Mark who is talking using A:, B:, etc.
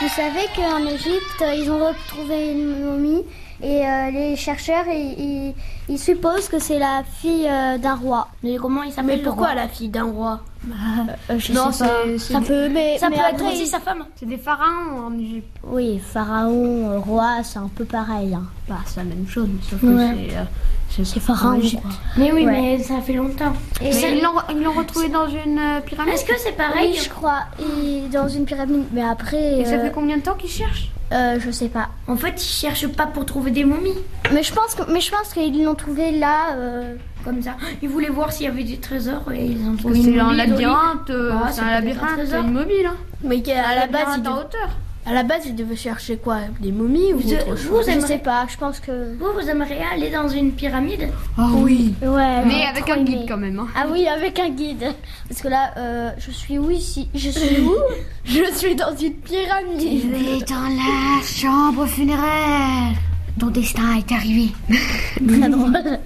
A: Vous savez qu'en Égypte, ils ont retrouvé une momie et euh, les chercheurs, ils, ils- ils supposent que c'est la fille euh, d'un roi.
B: Mais comment il s'appelle
C: Mais
B: le
C: pourquoi
B: roi
C: la fille d'un roi
B: Non,
C: Non, c'est-
B: ça
C: c'est
B: peut, mais,
C: ça
B: mais
C: peut
B: après,
C: être aussi
B: sa femme.
C: c'est des pharaons en Égypte.
A: Oui, pharaon, euh, roi, c'est un peu pareil. hein.
C: Bah, c'est la même chose, mais sauf
A: Ouais.
C: que c'est, euh, c'est
A: C'est pharaon.
C: en Égypte.
A: quoi.
B: Mais oui,
A: Ouais.
B: mais ça fait longtemps.
A: Et
C: Mais
A: c'est-
C: ils l'ont ils l'ont retrouvé dans une euh, pyramide.
B: Est-ce que c'est pareil
A: oui, je crois, il- dans une pyramide. Mais après,
C: Et ça
A: euh,
C: fait combien de temps qu'ils cherchent
A: euh, je sais pas.
B: En fait, ils cherchent pas pour trouver des momies
A: Mais je pense que, mais je pense qu'ils l'ont trouvé là. euh,
B: comme ça. Ils voulaient voir s'il y avait des trésors et ils ont trouvé
C: Parce que
B: une
C: c'est un
B: momie d'Oli.
C: labyrinthe, euh,
B: Ah,
C: c'est
B: c'est
C: un
B: peut-être un
C: labyrinthe
B: trésor.
C: immobile. Hein.
D: Mais qu'à- à,
C: Un
D: la base,
C: labyrinthe
D: il
C: en
D: dev-
C: hauteur.
D: à la base, il devait chercher quoi Des momies ou
B: Vous-
D: autre
B: vous
D: chose
A: je
B: aimeriez-
A: sais pas. Je pense que.
B: Vous, vous aimeriez aller dans une pyramide
C: Ah oui.
A: Ouais.
C: Mais
A: j'ai
C: avec
A: trop
C: un
A: aimé.
C: guide quand même. hein.
A: Ah oui, avec un guide. Parce que là, euh, je suis où ici Je suis où
D: Je suis dans une pyramide.
C: Tu es dans la chambre funéraire. Ton destin est arrivé.
A: Très drôle.